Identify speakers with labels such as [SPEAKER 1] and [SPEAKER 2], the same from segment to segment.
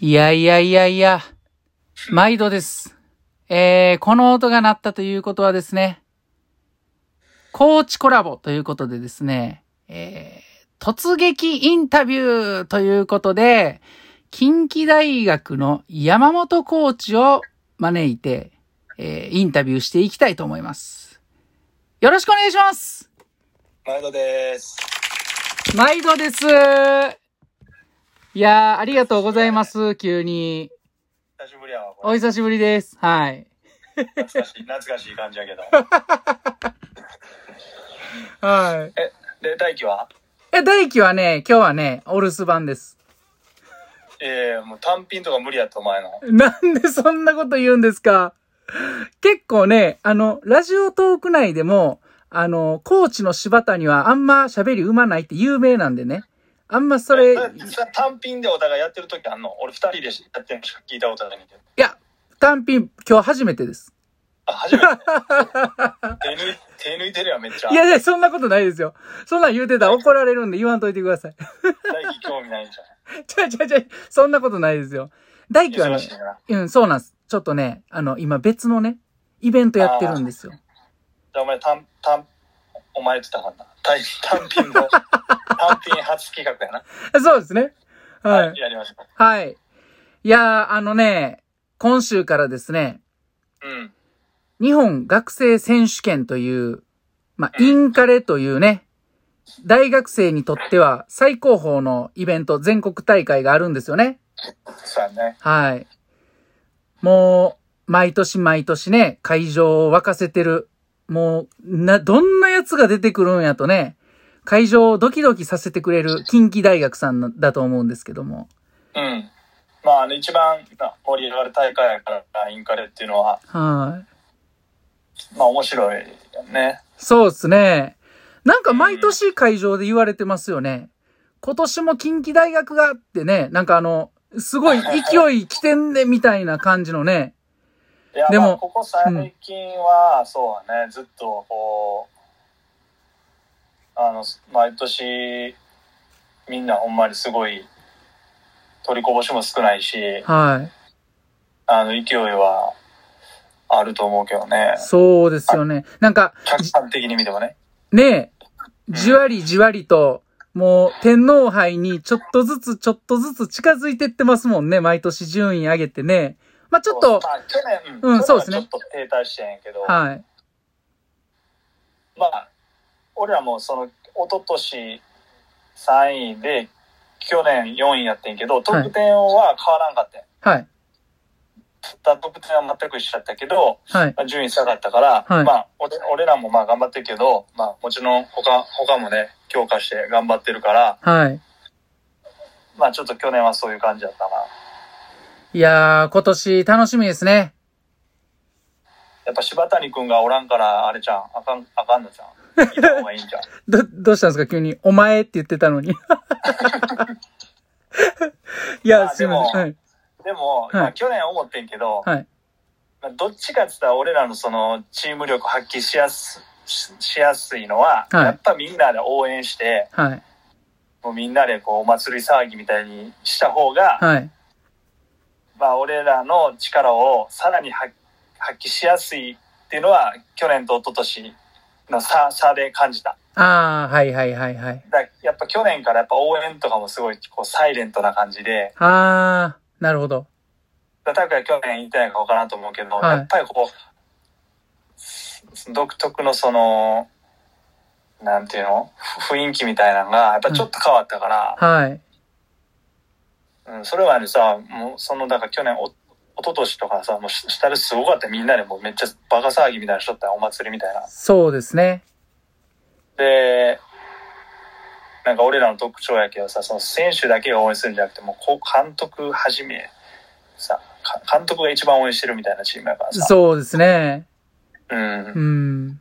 [SPEAKER 1] いやいやいやいや、毎度です。えー、この音が鳴ったということはですね、高知コラボということでですね、えー、突撃インタビューということで、近畿大学の山本コーチを招いて、えー、インタビューしていきたいと思います。よろしくお願いします
[SPEAKER 2] 前田です。
[SPEAKER 1] 毎度です。いやー、ありがとうございます、急に。
[SPEAKER 2] 久しぶりやわ、こ
[SPEAKER 1] お
[SPEAKER 2] れ。
[SPEAKER 1] 久しぶりです。はい。
[SPEAKER 2] 懐かしい、懐かしい感じ やけど。
[SPEAKER 1] はい。
[SPEAKER 2] で、大輝は
[SPEAKER 1] え、大輝はね、今日はね、お留守番です。
[SPEAKER 2] ええもう単品とか無理やった、お前の。
[SPEAKER 1] なんでそんなこと言うんですか結構ね、あの、ラジオトーク内でも、あの、コーチの柴田にはあんま喋りうまないって有名なんでね。あんまそれ、い
[SPEAKER 2] それ単品でお互いやってる時あんの俺二人でやってるのしか聞いたことないねんけど。
[SPEAKER 1] や、単品、今日初めてです。
[SPEAKER 2] あ、初めて。手抜い手抜いてるやん、めっちゃ。
[SPEAKER 1] いやいや、そんなことないですよ。そんなん言うてたら怒られるんで言わんといてください。
[SPEAKER 2] 大輝興味ないんじゃ
[SPEAKER 1] ちゃちゃちゃ、そんなことないですよ。大輝
[SPEAKER 2] ん。
[SPEAKER 1] はね
[SPEAKER 2] 忙しい、から。
[SPEAKER 1] うん、そうなんです。ちょっとね、あの、今別のね、イベントやってるんですよ。
[SPEAKER 2] じゃあお前単、単、お前って言ったらあかんな。単単品の、単品初企画やな。
[SPEAKER 1] そうですね。はい。
[SPEAKER 2] やりました。
[SPEAKER 1] はい。いやー、あのね、今週からですね、
[SPEAKER 2] うん。
[SPEAKER 1] 日本学生選手権という、まあ、
[SPEAKER 2] うん
[SPEAKER 1] インカレというね、大学生にとっては最高峰のイベント、全国大会があるんですよね。
[SPEAKER 2] そうやね。
[SPEAKER 1] はい。もう、毎年毎年ね、会場を沸かせてる。もう、な、どんなやつが出てくるんやとね、会場をドキドキさせてくれる近畿大学さんのだと思うんですけども。
[SPEAKER 2] うん。まあ、あの、一番な盛り上がる大会やから、インカレっていうのは、
[SPEAKER 1] はい。
[SPEAKER 2] まあ面白いよね。
[SPEAKER 1] そうですね。なんか毎年会場で言われてますよね。今年も近畿大学がってね、なんかあの、すごい勢い来てんね、みたいな感じのね。
[SPEAKER 2] いや
[SPEAKER 1] でも
[SPEAKER 2] まあここ最近は、そうだね、ずっとこう、あの、毎年、みんなほんまにすごい、取りこぼしも少ないし、
[SPEAKER 1] はい。
[SPEAKER 2] あの、勢いはあると思うけどね。
[SPEAKER 1] そうですよね。なんか、
[SPEAKER 2] 客観的に見てもね。
[SPEAKER 1] ねえ、じわりじわりと、もう天皇杯にちょっとずつちょっとずつ近づいてってますもんね。毎年順位上げてね。まあ、ちょっと
[SPEAKER 2] ま、あ、去年、
[SPEAKER 1] うん
[SPEAKER 2] 去年は
[SPEAKER 1] そうですね
[SPEAKER 2] ちょっと停滞してんやけど、
[SPEAKER 1] はい。
[SPEAKER 2] まあ、俺らもその、一昨年3位で、去年4位やってんけど、得点は変わらんかったん
[SPEAKER 1] はい。
[SPEAKER 2] ダッププは全く一緒だったけど、
[SPEAKER 1] はい。
[SPEAKER 2] まあ順位下がったから、
[SPEAKER 1] はい
[SPEAKER 2] まあ俺、俺らもまあ頑張ってるけど、まあ、もちろん他、他もね、強化して頑張ってるから、
[SPEAKER 1] はい。
[SPEAKER 2] まあ、ちょっと去年はそういう感じだったな。
[SPEAKER 1] いやー、今年楽しみですね。
[SPEAKER 2] やっぱ柴谷くんがおらんから、あれじゃん、あかん、あかんのじ ゃん。行った方がいいんじゃん。
[SPEAKER 1] ど、どうしたんですか急に。お前って言ってたのに。 いや、
[SPEAKER 2] まあ
[SPEAKER 1] すいません。は
[SPEAKER 2] で
[SPEAKER 1] い。
[SPEAKER 2] でも、
[SPEAKER 1] い
[SPEAKER 2] まあ去年思ってんけど、
[SPEAKER 1] はい。
[SPEAKER 2] まあどっちかって言ったら俺らのその、チーム力発揮しやす、ししやすいのは、
[SPEAKER 1] はい
[SPEAKER 2] やっぱみんなで応援して、
[SPEAKER 1] はい。
[SPEAKER 2] もうみんなでこう、お祭り騒ぎみたいにした方が、
[SPEAKER 1] はい。
[SPEAKER 2] まあ、俺らの力をさらに発発揮しやすいっていうのは去年と一昨年の差差で感じた
[SPEAKER 1] あー、はいはいはいはい。
[SPEAKER 2] だやっぱ去年からやっぱ応援とかもすごいこうサイレントな感じで
[SPEAKER 1] あー、なるほど。
[SPEAKER 2] だから拓也去年言ってないか分からんと思うけど、
[SPEAKER 1] はい
[SPEAKER 2] やっぱりこうす独特のそのなんていうのふ雰囲気みたいなのがやっぱちょっと変わったから、
[SPEAKER 1] はい。
[SPEAKER 2] うん、それはねさもうそのだから去年お一昨年とかさもうし下ですごかったよみんなでもうめっちゃバカ騒ぎみたいなのしとったよお祭りみたいな
[SPEAKER 1] そうですね。
[SPEAKER 2] でなんか俺らの特徴やけどさその選手だけが応援するんじゃなくてもうこう監督はじめさか監督が一番応援してるみたいなチームやからさ
[SPEAKER 1] そうですね。
[SPEAKER 2] う,、ん
[SPEAKER 1] う、ん。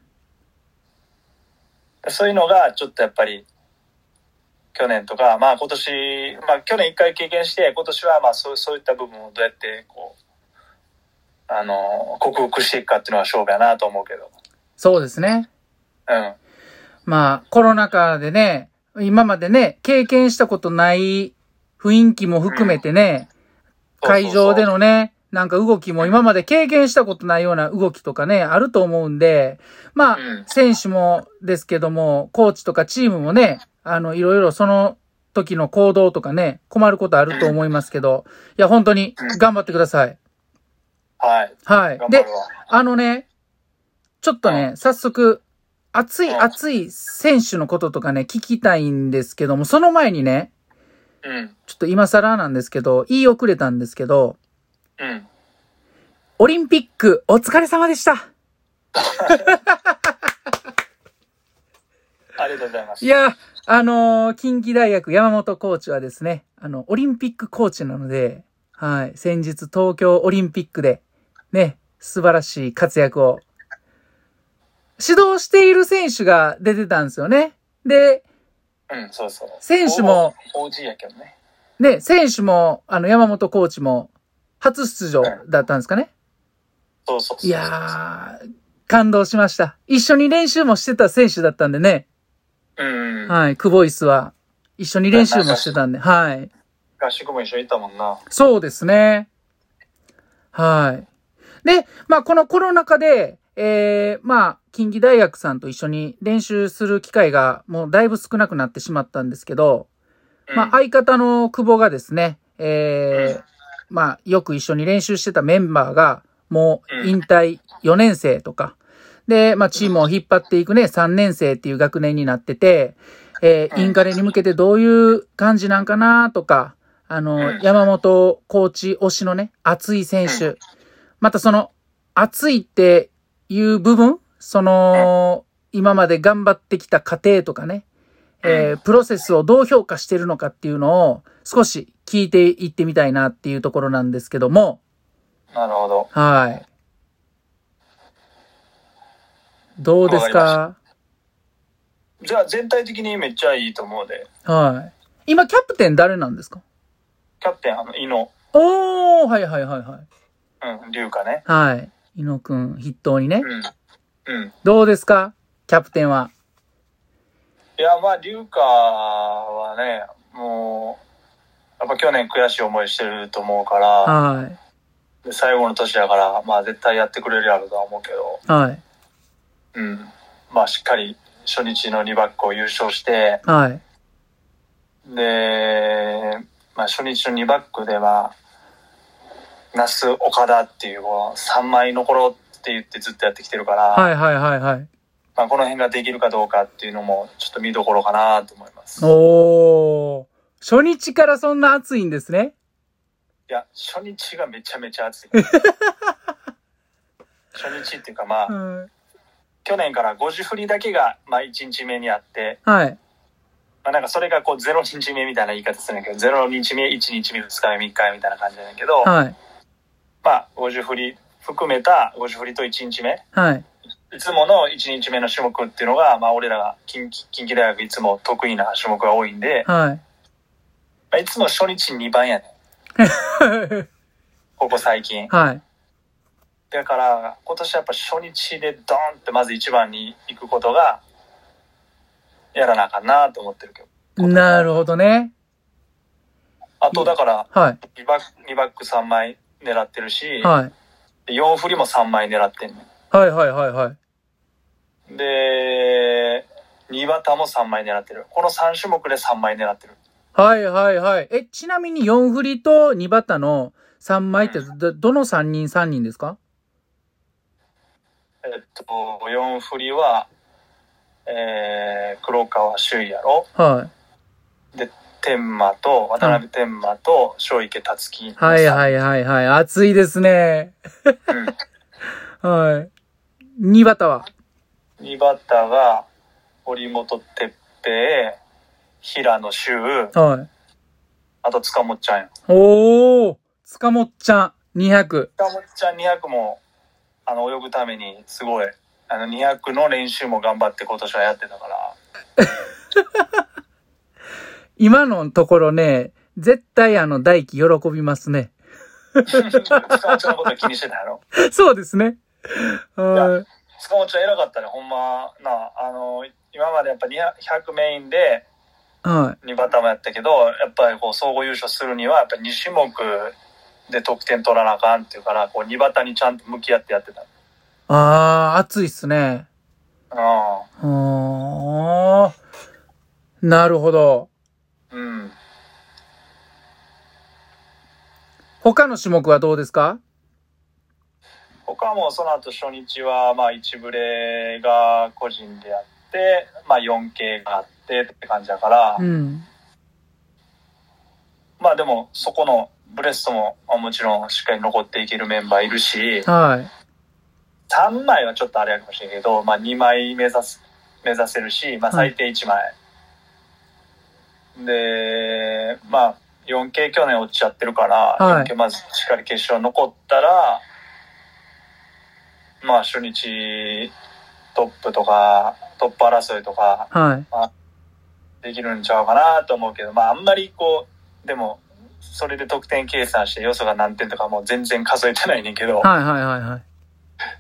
[SPEAKER 2] そういうのがちょっとやっぱり去年とかまあ今年、まあ、去年一回経験して今年はまあそうそういった部分をどうやってこうあの克服していくかっていうのが勝負やなと思うけど
[SPEAKER 1] そうですね。
[SPEAKER 2] うん
[SPEAKER 1] まあ、コロナ禍でね、今までね、経験したことない雰囲気も含めてね、
[SPEAKER 2] そうそうそう
[SPEAKER 1] 会場でのね、なんか動きも今まで経験したことないような動きとかね、あると思うんで、まあ
[SPEAKER 2] うん、
[SPEAKER 1] 選手もですけども、コーチとかチームもね、あの、いろいろその時の行動とかね、困ることあると思いますけど、いや、本当に頑張ってください。
[SPEAKER 2] はい。
[SPEAKER 1] はい
[SPEAKER 2] 頑。張
[SPEAKER 1] で
[SPEAKER 2] る、わ。
[SPEAKER 1] あのね、ちょっとね、早速、熱い
[SPEAKER 2] うん
[SPEAKER 1] 熱い選手のこととかね、聞きたいんですけども、その前にね、
[SPEAKER 2] うん。
[SPEAKER 1] ちょっと今更なんですけど、言い遅れたんですけど、
[SPEAKER 2] うん。
[SPEAKER 1] オリンピックお疲れ様でした。
[SPEAKER 2] ありがとうございます。
[SPEAKER 1] いや、あのー近畿大学山本コーチはですね、あの、オリンピックコーチなので、はい、先日東京オリンピックで、ね、素晴らしい活躍を、指導している選手が出てたんですよね。で、
[SPEAKER 2] うん、そうそう。
[SPEAKER 1] 選手も。
[SPEAKER 2] OG やけどね。
[SPEAKER 1] ね、選手も、あの、山本コーチも、初出場だったんですかね。
[SPEAKER 2] そうそうそう。
[SPEAKER 1] いやー、感動しました。一緒に練習もしてた選手だったんでね。
[SPEAKER 2] うん。
[SPEAKER 1] はい、クボイスは、一緒に練習もしてたんで、はい。
[SPEAKER 2] 合宿も一緒に行ったもんな。
[SPEAKER 1] そうですね。はい。で、まあ、このコロナ禍で、えー、まあ、近畿大学さんと一緒に練習する機会がもうだいぶ少なくなってしまったんですけど、
[SPEAKER 2] うん
[SPEAKER 1] まあ、相方の久保がですね、えー
[SPEAKER 2] うん
[SPEAKER 1] まあ、よく一緒に練習してたメンバーが、もう引退4年生とか、で、まあ、チームを引っ張っていくね、3年生っていう学年になってて、えー
[SPEAKER 2] うん
[SPEAKER 1] インカレに向けてどういう感じなんかなとか、あの、
[SPEAKER 2] うん
[SPEAKER 1] 山本コーチ推しのね、熱い選手、
[SPEAKER 2] う
[SPEAKER 1] またその、熱いっていう部分、その、今まで頑張ってきた過程とかね、えープロセスをどう評価してるのかっていうのを少し聞いていってみたいなっていうところなんですけども、
[SPEAKER 2] なるほど。
[SPEAKER 1] はい。どうですか
[SPEAKER 2] じゃあ全体的にめっちゃいいと思うで。
[SPEAKER 1] はい。今、キャプテン誰なんですか
[SPEAKER 2] キャプテン、あの、井野、
[SPEAKER 1] おー、はいはいはいはい。
[SPEAKER 2] うん、龍かね。
[SPEAKER 1] はい。井野くん筆頭にね。
[SPEAKER 2] うん。うん。
[SPEAKER 1] どうですかキャプテンは。
[SPEAKER 2] いや、まあ、龍華はね、もう、やっぱ去年悔しい思いしてると思うから、
[SPEAKER 1] は
[SPEAKER 2] で最後の年だから、まあ、絶対やってくれるやろうとは思うけど、
[SPEAKER 1] い。はい。
[SPEAKER 2] うん。まあ、しっかり初日の2バックを優勝して、
[SPEAKER 1] はい。
[SPEAKER 2] で、まあ、初日の2バックでは、那須岡田っていう、この3枚残ろうって言ってずっとやってきてるから、
[SPEAKER 1] はいはいはいはい。
[SPEAKER 2] まあ、この辺ができるかどうかっていうのも、ちょっと見どころかなと思います。い
[SPEAKER 1] おー。初日からそんな熱いんですね。
[SPEAKER 2] や、初日がめちゃめち ゃ暑い。初日っていうかまあ、
[SPEAKER 1] うん
[SPEAKER 2] 去年から50振りだけが、まあ、1日目にあって、
[SPEAKER 1] はい。
[SPEAKER 2] まあ、なんかそれがこう0日目みたいな言い方するんだけど、0日目、1日目、2日目、3日目みたいな感じなんだけど、
[SPEAKER 1] はい。
[SPEAKER 2] まあ、50振り含めた50振りと1日目、
[SPEAKER 1] はい。
[SPEAKER 2] いつもの1日目の種目っていうのが、まあ、俺らが近畿近畿大学いつも得意な種目が多いん
[SPEAKER 1] はい。
[SPEAKER 2] で、まあ、いつも初日2番やねん、ここ最近。
[SPEAKER 1] はい。
[SPEAKER 2] だから、今年やっぱ初日でドーンってまず1番に行くことが、やらなあかんなと思ってるけど。
[SPEAKER 1] なるほどね。
[SPEAKER 2] あと、だから、
[SPEAKER 1] はい。
[SPEAKER 2] 2バック、2バック3枚狙ってるし、
[SPEAKER 1] はい。
[SPEAKER 2] 4振りも3枚狙ってんね
[SPEAKER 1] はいはいはいはい。
[SPEAKER 2] ん。で、2バターも3枚狙ってる。この3種目で3枚狙ってる。
[SPEAKER 1] はいはいはい。え、ちなみに4振りと2バタの3枚ってど、どの3人3人ですか
[SPEAKER 2] えっと、4振りは、えー、黒川周囲やろ
[SPEAKER 1] はい。
[SPEAKER 2] 天馬と、渡辺天馬と、正池達樹。
[SPEAKER 1] はい
[SPEAKER 2] い。
[SPEAKER 1] はいはいはい。熱いですね。
[SPEAKER 2] うん。
[SPEAKER 1] はい。2バタは
[SPEAKER 2] 2バッターが、堀本哲平、平野周、
[SPEAKER 1] はい。
[SPEAKER 2] あと塚本ちゃんや。
[SPEAKER 1] おー塚本ちゃん、200。
[SPEAKER 2] 塚本ちゃん200も、あの、泳ぐために、すごい、あの、200の練習も頑張って今年はやってたから、
[SPEAKER 1] 今のところね、絶対あの、大輝喜びますね。
[SPEAKER 2] 塚本ちゃんのこと気にしてたやろ。
[SPEAKER 1] そうですね。は
[SPEAKER 2] 塚本ちゃん偉かったね、ほんま、なあ、あの、今までやっぱ200メインで、
[SPEAKER 1] い。はい。
[SPEAKER 2] 2バターもやったけど、やっぱりこう、総合優勝するには、やっぱ2種目で得点取らなあかんっていうから、こう、二バタにちゃんと向き合ってやってた。
[SPEAKER 1] あー、暑いっすね。
[SPEAKER 2] うん。
[SPEAKER 1] うーん。なるほど。
[SPEAKER 2] うん。
[SPEAKER 1] 他の種目はどうですか
[SPEAKER 2] 他はもうその後初日は、まあ、一ブレが個人でやって、まあ、4K があってって感じだから、
[SPEAKER 1] うん。
[SPEAKER 2] まあでも、そこのブレストも、まあもちろんしっかり残っていけるメンバーいるし、
[SPEAKER 1] はい。
[SPEAKER 2] 3枚はちょっとあれやかもしれんけど、まあ2枚目指す、目指せるし、まあ
[SPEAKER 1] はい
[SPEAKER 2] 最低1枚。で、まあ 4K 去年落ちちゃってるから、
[SPEAKER 1] はい
[SPEAKER 2] 4K まずしっかり決勝残ったら、まあ初日トップとか、トップ争いとか
[SPEAKER 1] はい。
[SPEAKER 2] できるんちゃうかなと思うけど、まああんまりこう、でも、それで得点計算して要素が何点とかもう全然数えてないねんけど、
[SPEAKER 1] はいはいはいはい。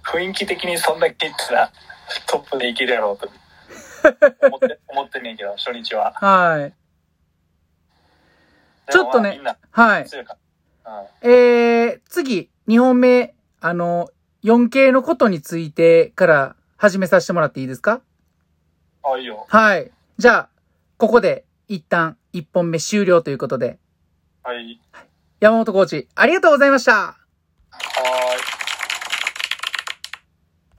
[SPEAKER 2] 雰囲気的にそんだけいったらトップでいけるやろうと思って思ってんねんけど初日は
[SPEAKER 1] はい。ちょっとね
[SPEAKER 2] でもまあ
[SPEAKER 1] は。
[SPEAKER 2] みんない強いから、うん、
[SPEAKER 1] えー、次、2本目、あの、4K のことについてから始めさせてもらっていいですか
[SPEAKER 2] あいいよ
[SPEAKER 1] はい。じゃあ、ここで一旦1本目終了ということで、
[SPEAKER 2] はい
[SPEAKER 1] 山本コーチ、ありがとうございました
[SPEAKER 2] はーい